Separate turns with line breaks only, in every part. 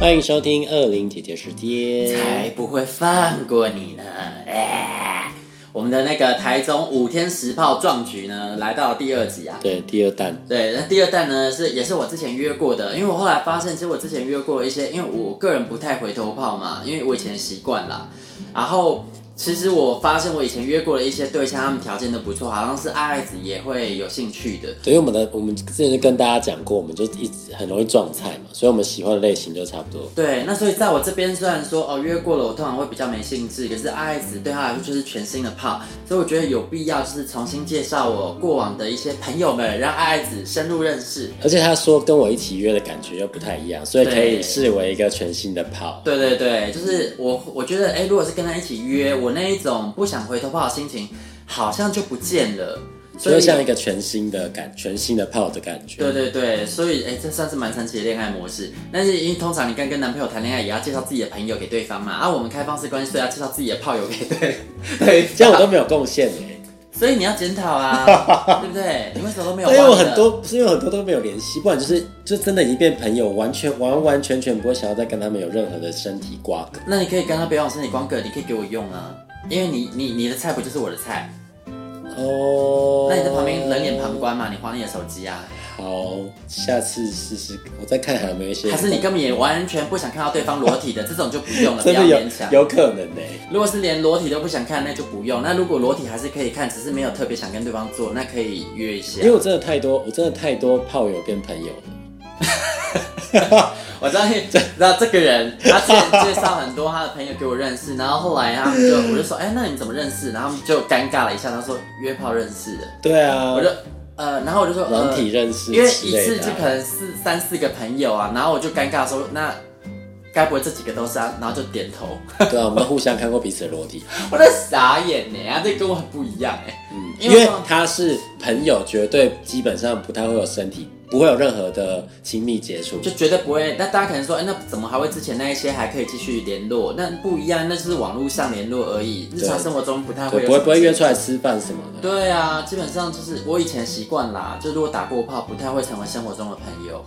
欢迎收听二零姐姐时间。
才不会放过你呢！哎，我们的那个台中五天十炮壮举呢，来到第二集啊。
对，第二弹，
对，那第二弹呢是也是我之前约过的，因为我后来发现，其实我之前约过一些，因为我个人不太回头炮嘛，因为我以前习惯啦。然后其实我发现我以前约过的一些对象，他们条件都不错，好像是爱爱子也会有兴趣的。
对，因为我们的我们之前就跟大家讲过，我们就一直很容易撞菜嘛，所以我们喜欢的类型就差不多。
对，那所以在我这边虽然说哦约过了，我通常会比较没兴致，可是阿爱子对他来说就是全新的泡，所以我觉得有必要就是重新介绍我过往的一些朋友们，让阿爱子深入认识。
而且他说跟我一起约的感觉又不太一样，所以可以
对
视为一个全新的炮。
对对对，就是我我觉得哎，如果是跟他一起约，我那一种不想回头泡的心情好像就不见了，所
就
以
像一个全新的感，全新的炮的感觉。
对对对，所以哎，这算是蛮神奇的恋爱模式。但是因为通常你跟跟男朋友谈恋爱，也要介绍自己的朋友给对方嘛，啊，我们开放式关系，所以要介绍自己的炮友给对对方，
这样我都没有贡献哎，
所以你要检 讨啊，对不对？你为什么都没有
因
挖的？
为我很多，不是因为我很多都没有联系，不然就是就真的已经变朋友，完全完完全全不会想要再跟他们有任何的身体瓜葛。
那你可以跟他不要往身体光个，你可以给我用啊，因为你你你的菜不就是我的菜？
哦，
那你在旁边冷眼旁观嘛，你划你的手机啊，
好，下次试试，我再看还有没有一些
还是你根本也完全不想看到对方裸 体的，这种就不用了，不
真
要
的有
勉强。
有可能欸呢、
如果是连裸体都不想看，那就不用。那如果裸体还是可以看，只是没有特别想跟对方做，那可以约一下
因为。我真的太多，我真的太多炮友变朋友了。
我知道，你知道这个人，他之前介绍很多他的朋友给我认识，然后后来他们就我就说，哎、那你怎么认识？然后他们就尴尬了一下，他说约炮认识的。
对啊，
我就呃，然后我就说
软体
呃
认识
因为
之
一次
类
就
的
可
啊、
能四三四个朋友啊，然后我就尴尬说，那该不会这几个都是啊？然后就点头，
对啊，我们互相看过彼此的裸体，
我在傻眼呢、啊，这跟我很不一样哎、
嗯，
因
因
为
为他是朋友，绝对基本上不太会有身体，不会有任何的亲密接触。
就绝对不会。那大家可能说，哎、那怎么还会之前那一些还可以继续联络？那不一样，那就是网络上联络而已，日常生活中不太会
对，
有
不会
什么
不会
接
约
触
出来吃饭什么的。
对啊，基本上就是我以前习惯啦，就如果打过炮，不太会成为生活中的朋友。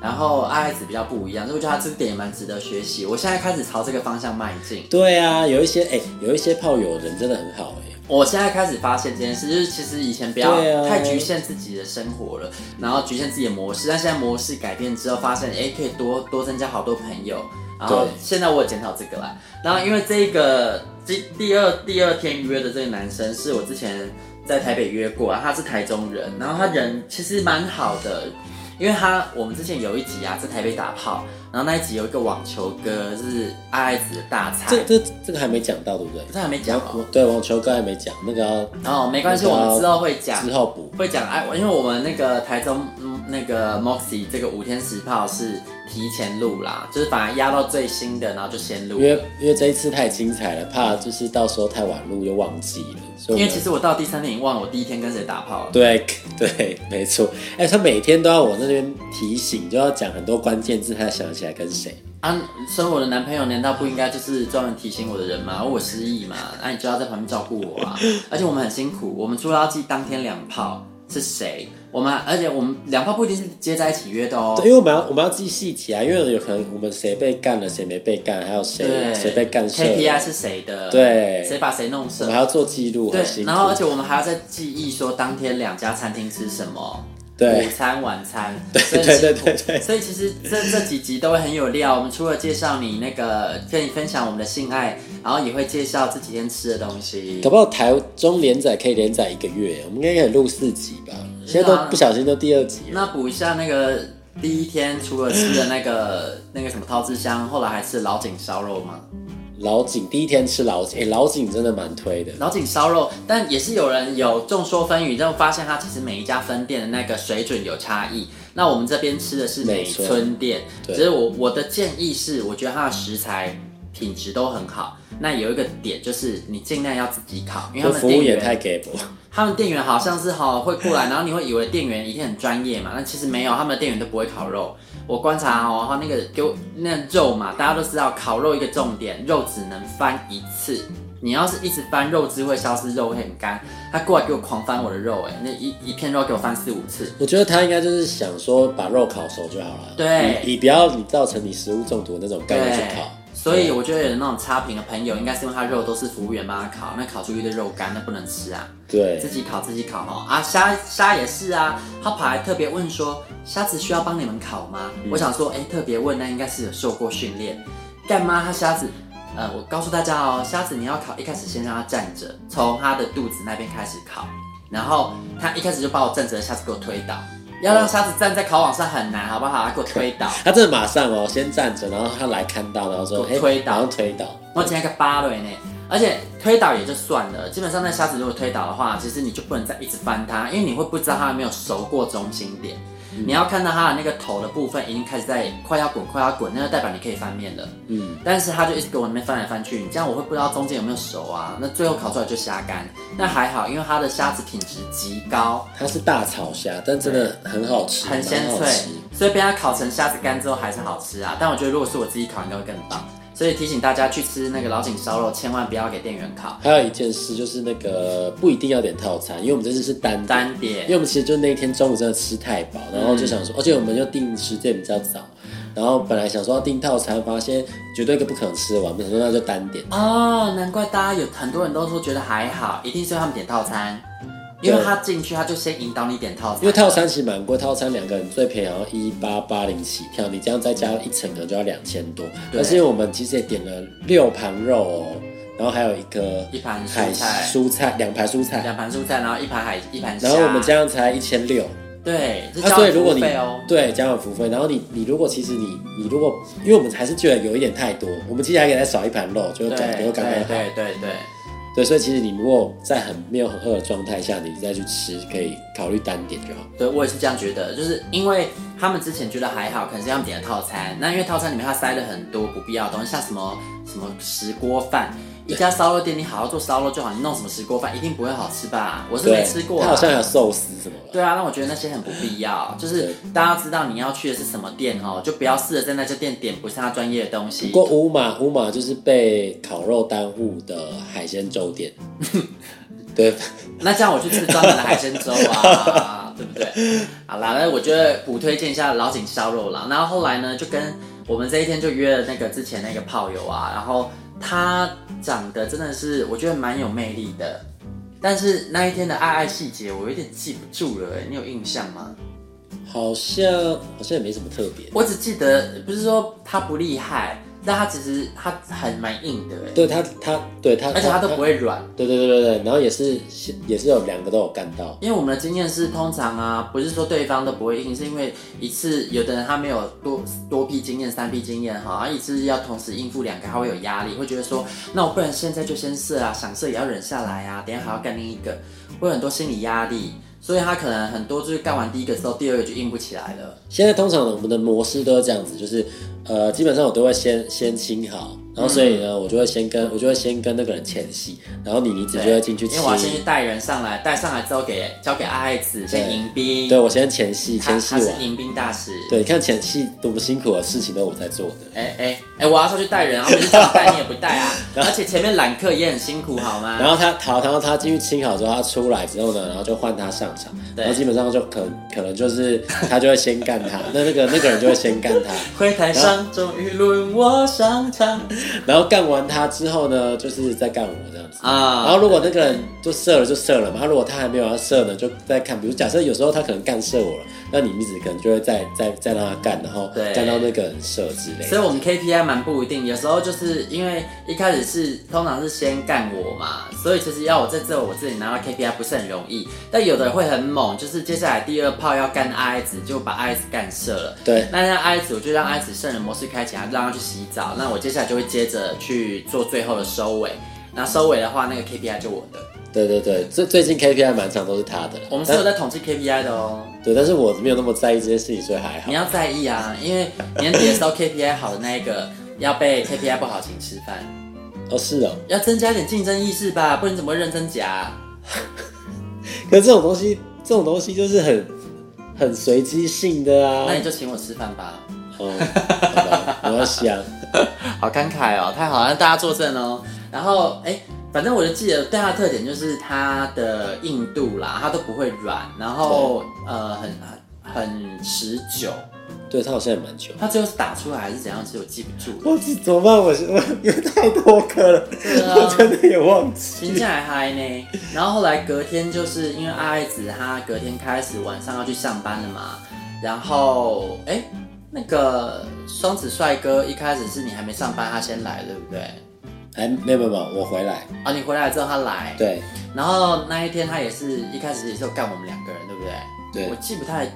然后爱子比较不一样，所以我觉得他这点也蛮值得学习。我现在开始朝这个方向迈进。
对啊，有一些哎、有一些炮友人真的很好哎、
我现在开始发现这件事，就是其实以前不要
对啊
太局限自己的生活了，然后局限自己的模式。但现在模式改变之后，发现哎、诶可以多多增加好多朋友。然后
对
现在我有检讨这个啦。然后因为这个第第二第二天约的这个男生是我之前在台北约过，然后啊他是台中人，然后他人其实蛮好的，因为他我们之前有一集啊在台北打炮，然后那一集有一个网球哥是爱爱子的大菜，
这这这个还没讲到对不对？
这还没讲哦
我对网球哥还没讲，那个要
哦，没关系，我们之后会讲。
之后补。
会讲哎，我因为我们那个台中、嗯、那个 Moxie 这个五天十炮是提前录啦，就是把它压到最新的，然后就先录
因。为因为这一次太精彩了，怕就是到时候太晚录又忘记了，所以我
因为
们
其实我到第三天已经忘了我第一天跟谁打炮了。
对 对没错，哎、他每天都要我那边提醒，就要讲很多关键字，他才想起来跟谁。
啊，所以我的男朋友难道不应该就是专门提醒我的人吗？我失忆嘛，那、你就要在旁边照顾我 啊。而且我们很辛苦，我们除了要记当天两炮是谁，我们而且我们两炮不一定是接在一起约的哦
对，。因为我们要我们要记细节啊，因为有可能我们谁被干了，谁没被干，还有谁谁被干射了
KPI 是谁的？
对
谁把谁弄射
我们？还要做记录，
对
很辛，苦。
然后而且我们还要再记忆说当天两家餐厅吃什么，
对
午餐、晚餐，
对对对对对
所以其实这这几集都会很有料。我们除了介绍你那个跟你分享我们的性爱，然后也会介绍这几天吃的东西
搞。不好台中连载可以连载一个月，我们应该可以录四集吧？现在
是啊
都不小心都第二集了。
那补一下那个第一天除了吃的那个那个什么桃子香，后来还吃老井烧肉吗？
老井第一天吃老井，哎、老井真的蛮推的。
老井烧肉，但也是有人有众说纷纭，然后发现它其实每一家分店的那个水准有差异。那我们这边吃的是美村店，
没错对
只是我我的建议是，我觉得它的食材品质都很好。那有一个点就是你尽量要自己烤，因为
这
他们
服务
店
也太
员
给薄，
他们店员好像是哈会过来，然后你会以为店员一定很专业嘛，那其实没有，他们的店员都不会烤肉。我观察哦，他那个给我那肉嘛，大家都知道烤肉一个重点，肉只能翻一次。你要是一直翻肉汁会消失，肉会很干。他过来给我狂翻我的肉、哎，那一一片肉给我翻四五次。
我觉得他应该就是想说把肉烤熟就好了。
对
你你不要你造成你食物中毒的那种概念去烤。
所以我觉得有那种差评的朋友，应该是因为他肉都是服务员帮他烤，那烤出一堆肉干，那不能吃啊。
对
自，己烤自己烤哦啊，虾虾也是啊，他跑来特别问说，虾子需要帮你们烤吗？我想说，哎、特别问那应该是有受过训练，干妈他虾子，呃，我告诉大家哦，虾子你要烤，一开始先让它站着，从它的肚子那边开始烤，然后他一开始就把我站着的虾子给我推倒，要让虾子站在烤网上很难，好不好？他给我推倒。
他真的马上哦，先站着，然后他来看到，然后说
我
哎，
推倒
然后推倒。
我捡一个芭蕾呢，而且推倒也就算了，基本上那虾子如果推倒的话，其实你就不能再一直翻它，因为你会不知道它有没有熟过中心点。
嗯
你要看到它的那个头的部分已经开始在快要滚、快要滚，那就代表你可以翻面了。
嗯，
但是它就一直给我那边翻来翻去，你这样我会不知道中间有没有熟啊。那最后烤出来就虾干，那还好，因为它的虾子品质极高，
它是大草虾，但真的嗯很好吃，
很鲜
蛮好
脆
吃，
所以被它烤成虾子干之后还是好吃啊。但我觉得如果是我自己烤，应该会更棒。所以提醒大家去吃那个老井烧肉，千万不要给店员烤。
还有一件事就是那个不一定要点套餐，因为我们这次是单点
单
因为
点，嗯
我们其实就那一天中午真的吃太饱，然后就想说，而且我们又订时间比较早，然后本来想说要订套餐，发现绝对不可能吃得完，想说那就单点。
哦，难怪大家有很多人都说觉得还好，一定是因为他们点套餐，因为
对
他进去他就先引导你点套餐，
因为套餐其实蛮贵，套餐两个人最便宜好像一八八零起跳，你这样再加一层可能就要两千多。
对
但是因为我们其实也点了六盘肉哦，然后还有一个
一盘蔬
海
菜
蔬菜，两盘蔬菜，
两盘蔬菜，然后一盘海一盘虾，
然后我们这样才一千六。
对，是
啊，
交
所以如果
服
你
费哦。
对加上服费，然后你你如果其实你你如果，因为我们还是觉得有一点太多，我们其实还可以再少一盘肉，就
对
是
对
感觉刚刚
对
好。
对对对，
对，所以其实你如果在很没有很饿的状态下，你再去吃，可以考虑单点就好。
对我也是这样觉得，就是因为他们之前觉得还好，可能是他们点的套餐，那因为套餐里面它塞了很多不必要的东西，像什么什么石锅饭。一家烧肉店，你好好做烧肉就好，你弄什么石锅饭一定不会好吃吧？我是
对，
没吃过、啊，
它好像还有寿司什么吧？
对啊，那我觉得那些很不必要，就是
对
大家知道你要去的是什么店哦，就不要试着在那家店点不是他专业的东西
不。过乌马乌马就是被烤肉耽误的海鲜粥 店。对，
那这样我去吃专门的海鲜粥啊， 对不对？好啦，那我觉得补推荐一下老井烧肉啦。然后后来呢，就跟我们这一天就约了那个之前那个炮友啊，然后他长得真的是我觉得蛮有魅力的，但是那一天的爱爱细节我有点记不住了、欸，你有印象吗？
好像好像也没什么特别。
我只记得不是说他不厉害，但他其实他很蛮硬的欸，
对他他对他，
而且他都不会软。
对对对对对，然后也是也是有两个都有干到。
因为我们的经验是，通常啊，不是说对方都不会硬，是因为一次有的人他没有多多批经验、三批经验哈，他一次要同时应付两个，他会有压力，会觉得说，那我不然现在就先射啊，想射也要忍下来啊，等一下还要干另一个，会有很多心理压力，所以他可能很多就是干完第一个之后，第二个就硬不起来了。
现在通常我们的模式都是这样子，就是呃，基本上我都会先先清好，然后所以
嗯
呢，我就会先跟我就会先跟那个人前戏，然后你你只
对
就会进去
因
吃
为，我要先去带人上来，带上来之后给交给爱爱子先迎宾，
对我先前戏
他
前戏
他是
完，
迎宾大使。
对，你看前戏多么辛苦的事情都是我在做的，
哎哎哎，我要上去带人，他们就想带你也不带 啊，而且前面揽客也很辛苦，好吗？
然后他好，然后他进去清好之后，他出来之后呢，然后就换他上场，
对
然后基本上就可可能就是他就会 先干他，那那个那个人就会先干他，
会台上终于轮我上场，
然后干完他之后呢，就是再干我这样子。
啊
然后如果那个人就射了就射了嘛，如果他还没有要射呢，就再看。比如假设有时候他可能干射我了，那你一直可能就会再再再让他干，然后
对
干到那个人射之类
所以
的。
我们 KPI 蛮不一定，有时候就是因为一开始是通常是先干我嘛，所以其实要我在这我自己拿到 KPI 不是很容易。但有的人会很猛，就是接下来第二炮要干 I 子，就把 I 子干射了。
对
那那 I 子我就让 I 子圣人模式开启，让他去洗澡。那我接下来就会接着去做最后的收尾。那收尾的话，那个 KPI 就我的。
对对对，最最近 KPI 满场都是他的啦。
我们是有
但
在统计 KPI 的哦。
对，但是我没有那么在意这件事情，所以还好
你。要在意啊，因为年底的时候 KPI 好的那一个要被 KPI 不好请吃饭。
哦，是哦。
要增加一点竞争意识吧，不然你怎么会认真夹、
可是这种东西，这种东西就是很很随机性的啊。
那你就请我吃饭吧。
哦，好吧，没关系啊。
好慷慨哦，太好了，让大家作证哦。然后哎，反正我就记得对它的特点就是它的硬度啦，它都不会软，然后呃很很持久，
对他好像也蛮久。
它最后是打出来还是怎样，其实我记不住了。
我记怎么办？我是我因为太多颗了，
啊
我真的也忘
听
记
起
了。
来嗨呢，然后后来隔天就是因为阿爱子她隔天开始晚上要去上班了嘛，然后哎，那个双子帅哥一开始是你还没上班，他先来对不对？
哎，没有没有没有，我回来。
啊，你回来之后他来，，
对，
然后那一天他也是一开始也是有干我们两个人对不对？
对
我记不太，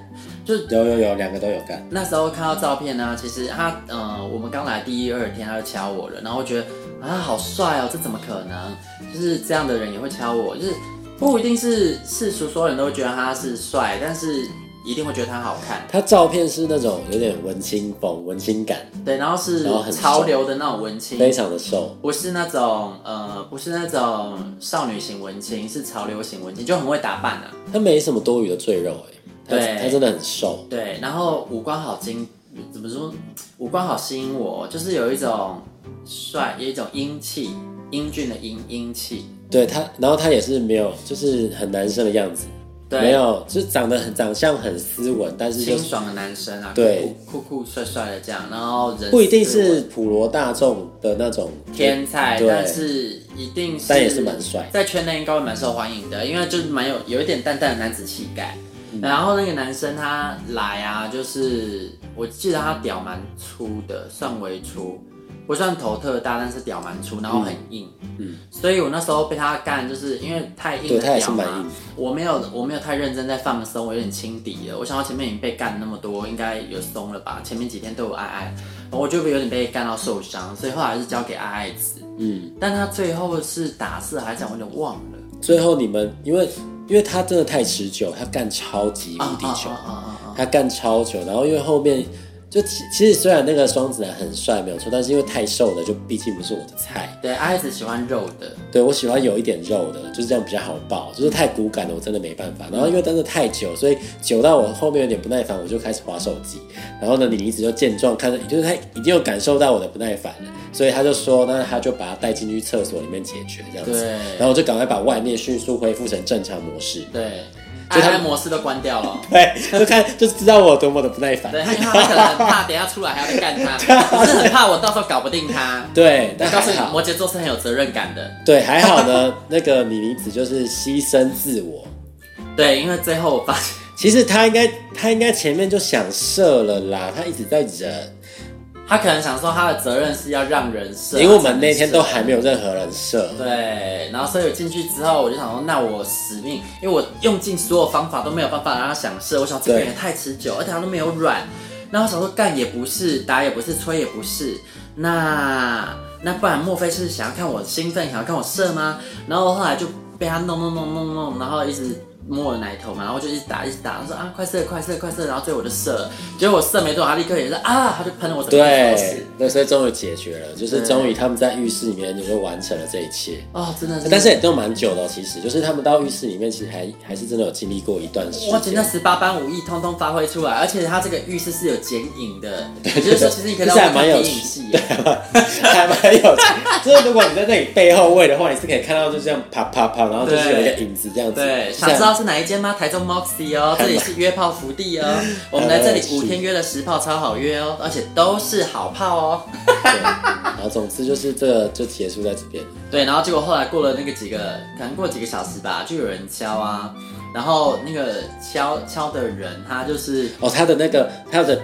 就是
有有有，两个都有干。
那时候看到照片呢、啊其实他，呃，我们刚来第一二天他就敲我了，然后我觉得啊，好帅哦，这怎么可能？就是这样的人也会敲我，就是不一定是世俗所有人都会觉得他是帅，但是一定会觉得他好看，
他照片是那种有点文青风、文青感，
对，然后是
然后很
潮流的那种文青，
非常的瘦。
不是那种呃，不是那种少女型文青，是潮流型文青，就很会打扮啊，
他没什么多余的赘肉、哎，
对
他他真的很瘦。
对，然后五官好精，怎么说？五官好吸引我，就是有一种帅，有一种英气，英俊的英英气。
对他，然后他也是没有，就是很男生的样子，
对
没有，就是长得很长相很斯文，但是就
清
是
爽的男生啊，
对
酷酷酷帅帅的这样，然后人
不一定
斯文
是普罗大众的那种
天才，
对
但是一定是，
但也是蛮帅
在圈内应该会蛮受欢迎的，因为就是蛮有有一点淡淡的男子气概。
嗯
然后那个男生他来啊，就是我记得他屌蛮粗的，算微粗，不算头特大，但是屌蛮粗，然后很硬。嗯，所以我那时候被他干，就是因为太硬
对他
的
也是
屌
蛮硬
嘛，我没有我没有太认真在放松，我有点轻敌了。我想到前面已经被干那么多，应该有松了吧？前面几天都有爱爱，我就有点被干到受伤，所以后来是交给爱爱子。
嗯，
但他最后是打四还是怎样，我有点忘了。
最后你们因为因为他真的太持久，他干超级无敌久，
啊啊！
他干超久，然后因为后面就其其实虽然那个双子男很帅没有错，但是因为太瘦了，就毕竟不是我的菜。
对，阿爱子喜欢肉的，
对我喜欢有一点肉的，就是这样比较好抱，就是太骨感的我真的没办法。然后因为真的太久，所以久到我后面有点不耐烦，我就开始划手机。然后呢，李妮子就见状，看到就是他已经有感受到我的不耐烦了，所以他就说，那他就把他带进去厕所里面解决这样子
对。
然后我就赶快把外面迅速恢复成正常模式。
对，
所
爱
以他
爱模式都关掉了。
对，就看就知道我有多么的不耐烦。
对，因为他可能很怕等一下出来还要被 干他，我是很怕我到时候搞不定他。
对，但
我告诉
啊还
你，
好，
摩羯座是很有责任感的。
对还好呢。那个米妮子就是牺牲自我，
对，因为最后我发现，
其实他应该他应该前面就想射了啦，他一直在忍，
他可能想说他的责任是要让人设，
因为我们那天都还
还。
没有任何人射。
对，然后所以我进去之后，我就想说，那我使命，因为我用尽所有方法都没有办法让他享受。我想这个人也太持久，而且他都没有软。那我想说，干也不是，打也不是，吹也不是，那那不然莫非是想要看我兴奋，想要看我射吗？然后后来就被他弄弄弄弄弄，然后一直摸我奶头嘛，然后我就一直打一直打，他说啊快射快射快射，然后最后我就射了，结果我射没多久，他立刻也是啊，他就喷了我整个手
对
指。，
那所以终于解决了，就是
对
终于他们在浴室里面就是完成了这一切，
哦，真的是，
但是也都蛮久的哦。其实就是他们到浴室里面，其实还还是真的有经历过一段时
我觉
间。
得十八般武艺通通发挥出来，而且它这个浴室是有剪影的，也就是说，其实你可 以
这
到
还蛮
看
有
电影哦
趣
戏，
对，
耶。
还蛮有趣。就是如果你在那里背后位的话，你是可以看到就这样啪啪啪，然后就是有一个影子这样子。
对，
这
想
样
知道道是哪一间吗？台中 Moxie 哦，这里是约炮福地哦，我们来这里五天约了十炮，超好约哦，而且都是好炮哦。
然后总之就是这个就结束在这边。
对，然后结果后来过了那个几个，可能过几个小时吧，就有人敲啊，然后那个敲敲的人他就是
哦，他的那个他的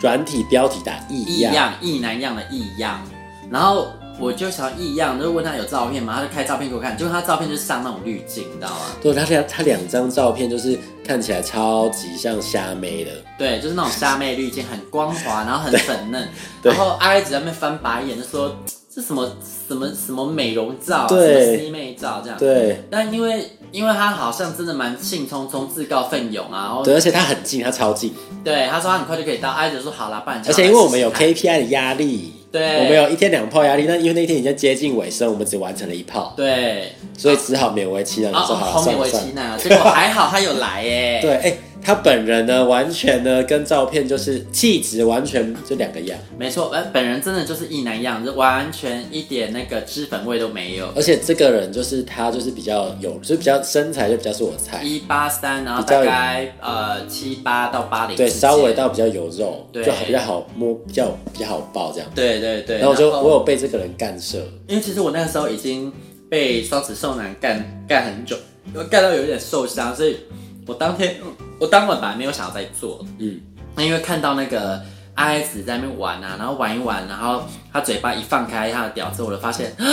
软体标题打异
异样异男样的异样，然后我就想异样，就问他有照片吗？他就开照片给我看，结果他照片就是上那种滤镜，你知道吗？
对，他两他两张照片就是看起来超级像虾妹的，
对，就是那种虾妹滤镜，很光滑，然后很粉嫩，然后阿姨只在那边翻白眼，就说这什么什么什么美容照啊，什么
对
C 妹照这样。
对
但因为因为他好像真的蛮兴冲冲、自告奋勇啊，然后
对，而且他很近，他超近，
对他说他很快就可以到，阿姨就说好啦，不然就
而且因为我们有
来试试
KPI 的压力，
对
我们有一天两炮压力，那因为那天已经接近尾声，我们只完成了一炮
看，对，
所以只好勉为其难，
然
说
后
好了算
红哦勉
了
为
算
其
了。
难啊，结果还好他有来耶。
对，哎、他本人呢，完全呢跟照片就是气质完全就两个样，
没错，呃，本人真的就是一男一样，就完全一点那个脂粉味都没有。
而且这个人就是他就是比较有，就是比较身材就比较是我菜，
一八三，然后
比较
大
有
概呃七八到八零，
对，稍微到比较有肉，
对
就好比较好摸，比较比较好抱这样。
对对对。
然后我就我有被这个人干涉，
因为其实我那个时候已经被双子兽男干干很久，我干到有点受伤，所以我当天我当晚本来没有想要再做，
嗯，
那因为看到那个 I S 在那边玩啊，然后玩一玩，然后他嘴巴一放开他的屌之后，我就发现，啊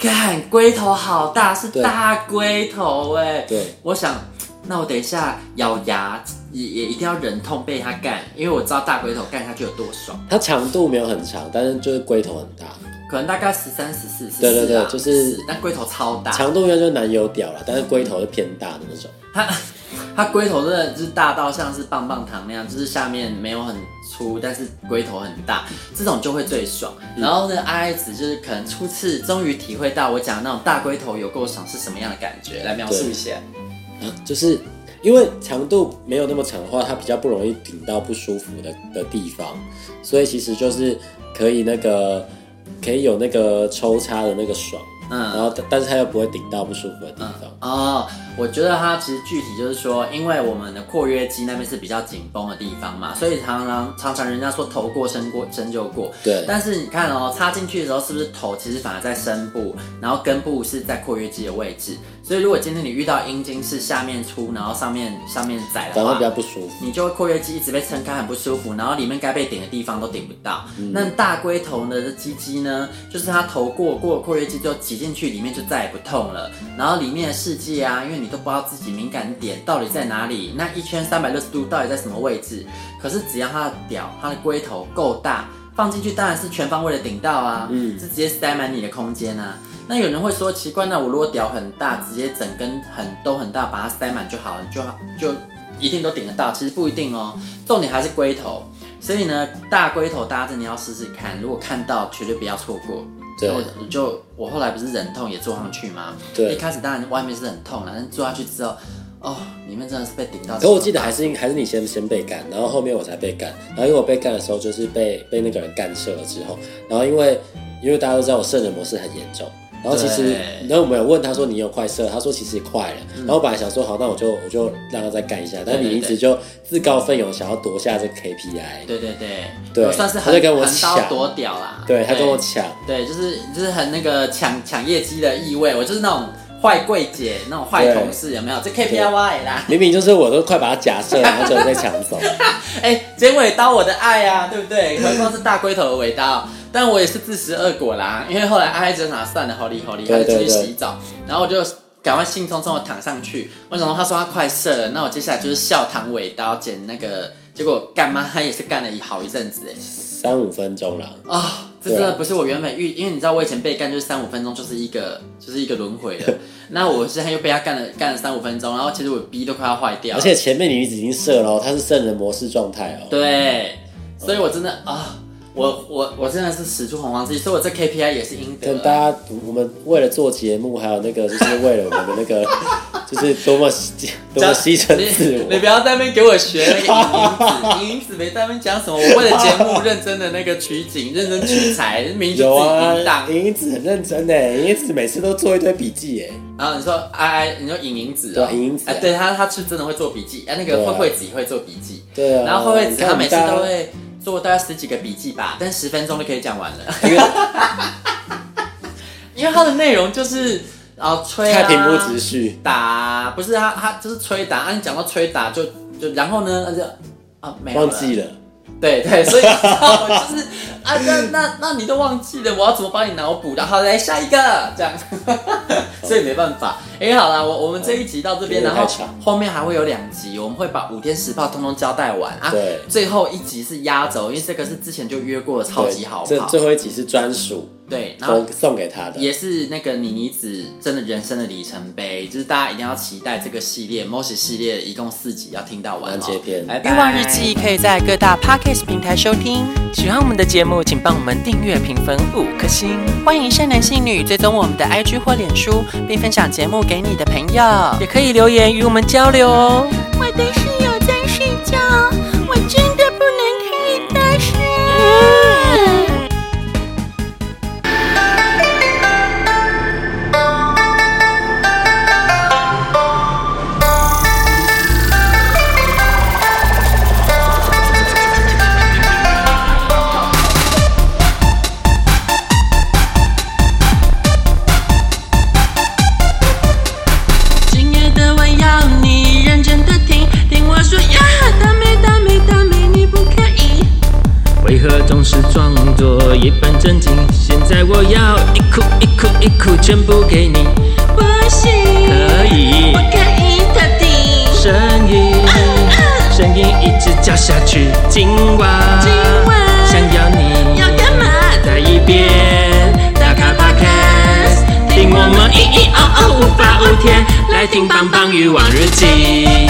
干龟头好大，是
对
大龟头哎、
对，
我想，那我等一下咬牙也也一定要忍痛被他干，因为我知道大龟头干下去有多爽，
他长度没有很长，但是就是龟头很大，
可能大概十三、十四、十四
对对对就是
但龟头超大，
长度应该就是男友屌了，但是龟头就偏大的那种。
它它龟头真的就是大到像是棒棒糖那样，就是下面没有很粗，但是龟头很大，这种就会最爽。
嗯
然后呢，阿爱子就是可能初次终于体会到我讲的那种大龟头有够爽是什么样的感觉，来描述一下。
就是因为长度没有那么长的话，它比较不容易顶到不舒服的的地方，所以其实就是可以那个可以有那个抽插的那个爽，然
嗯。
后但但是它又不会顶到不舒服的地方。
哦，我觉得它其实具体就是说，因为我们的括约肌那边是比较紧绷的地方嘛，所以常常常常人家说头过身过身就过，
对，
但是你看哦，插进去的时候是不是头其实反而在深部，然后根部是在括约肌的位置，所以如果今天你遇到阴茎是下面粗，然后上面上面窄
反
的
而
话
比，较不舒服。
你就会括约肌一直被撑开，很不舒服，然后里面该被顶的地方都顶不到。那大龟头呢，这鸡鸡呢，就是它头过过括约肌就挤进去，里面就再也不痛了。然后里面的世界啊，因为你都不知道自己敏感点到底在哪里，那一圈三百六十度到底在什么位置？可是只要它的屌，它的龟头够大，放进去当然是全方位的顶到啊，嗯，是直接塞满你的空间啊。那有人会说奇怪，那我如果屌很大，直接整根很都很大，把它塞满就好了，就好就一定都顶得到？其实不一定哦，重点还是龟头。所以呢，大龟头大家真的要试试看，如果看到绝对不要错过。
对
所以我就我后来不是忍痛也坐上去吗？
对
一开始当然外面是很痛啦，但坐下去之后，哦，里面真的是被顶到。
可我记得还是还是你先先被干，然后后面我才被干，然后因为我被干的时候就是被被那个人干射了之后，然后因为因为大家都知道我圣人模式很严重，然后其实
对
然后我们有问他说你有快射，他说其实快了，然后我本来想说好那我就我就让他再干一下，但
对对
你一直就自告奋勇想要夺下这个 KPI，
对对对，
对
我算是
他
横
就跟我
横刀
抢
夺屌啦。
对他跟我抢，
对，就是就是很那个抢抢业绩的意味，我就是那种坏柜姐，那种坏同事，有没有？这 KPI 啦，
明明就是我都快把他夹射，然后就被抢走，
哎，剪尾刀我的爱啊，对不对？何况是大龟头的尾刀，但我也是自食恶果啦，因为后来阿黑就想啊算了，好理好理，他
对
就
对
继续
对
洗澡，然后我就。赶快兴冲冲的躺上去，为什么他说他快射了？那我接下来就是笑躺尾刀剪那个，结果干妈她也是干了一好一阵子哎、
三五分钟了，
啊、这真的不是我原本预，因为你知道我以前被干就是三五分钟就是一个就是一个轮 回的，那我现在又被他干了干了三五分钟，然后其实我逼都快要坏掉
而
了，
且前面你已经射了哦，他是圣人模式状态哦，
对，所以我真的啊、我我我真的是使出洪荒之力，所以我这 KPI 也是应得
跟
啊。
大家，我们为了做节目，还有那个，就是为了我们的那个，就是多么多么牺牲自
你不
我。
要在那边给我学那个银银子，银子没在那边讲什么。我为了节目认真的那个取景，认真取材，明明就
有
自己淫
啊，
荡。
银子很认真呢，银子每次都做一堆笔记欸耶。
然后你说哎哎，你说影影子、
对
哦，
啊影影子
哎，对他他是真的会做笔记，哎，那个
对啊
慧慧子也会做笔记，
对啊，
然后慧慧
你
子
看
她每次
大家
都会做大概十几个笔记吧，但十分钟就可以讲完了，
因为
因为它的内容就是啊吹啊
太平铺直叙。
打啊，不是他他就是吹打，啊你讲到吹打就就然后呢那就啊没有
忘记了，
对对，所以你知道我就是啊，那那那你都忘记了，我要怎么帮你脑补的？好，来下一个，这 样，所以没办法。哎、好啦，我我们这一集到这边，
有
然
点
后
太长
后面还会有两集，我们会把五天十炮通通交代完啊。
对
最后一集是压轴，因为这个是之前就约过的超级好
对这
跑。
最后一集是专属
对，然后
送送给他的，
也是那个妮妮子真的人生的里程碑，就是大家一定要期待这个系列 m o s 系列，一共四集要听到完、哦。
完结篇
拜
欲
拜
望日记可以在各大 podcast 平台收听。喜欢我们的节目，请帮我们订阅、评分五颗星。欢迎善男信女追踪我们的 IG 或脸书，并分享节目给你的朋友，也可以留言与我们交流哦。
我的室友在睡觉，我真的不能开大声。 今夜的我要你认真的听，听我说呀，大美大美大美，你不可以。
为何总是装作一本正经？现在我要一哭一哭一哭全部给你，
不行，
可以
不可以他停。
声音，声音一直叫下去，今晚，
今晚
想要你，
要干嘛？
再一遍，打开 Podcast，听我们一一哦哦无法无天，来听棒棒与往日记。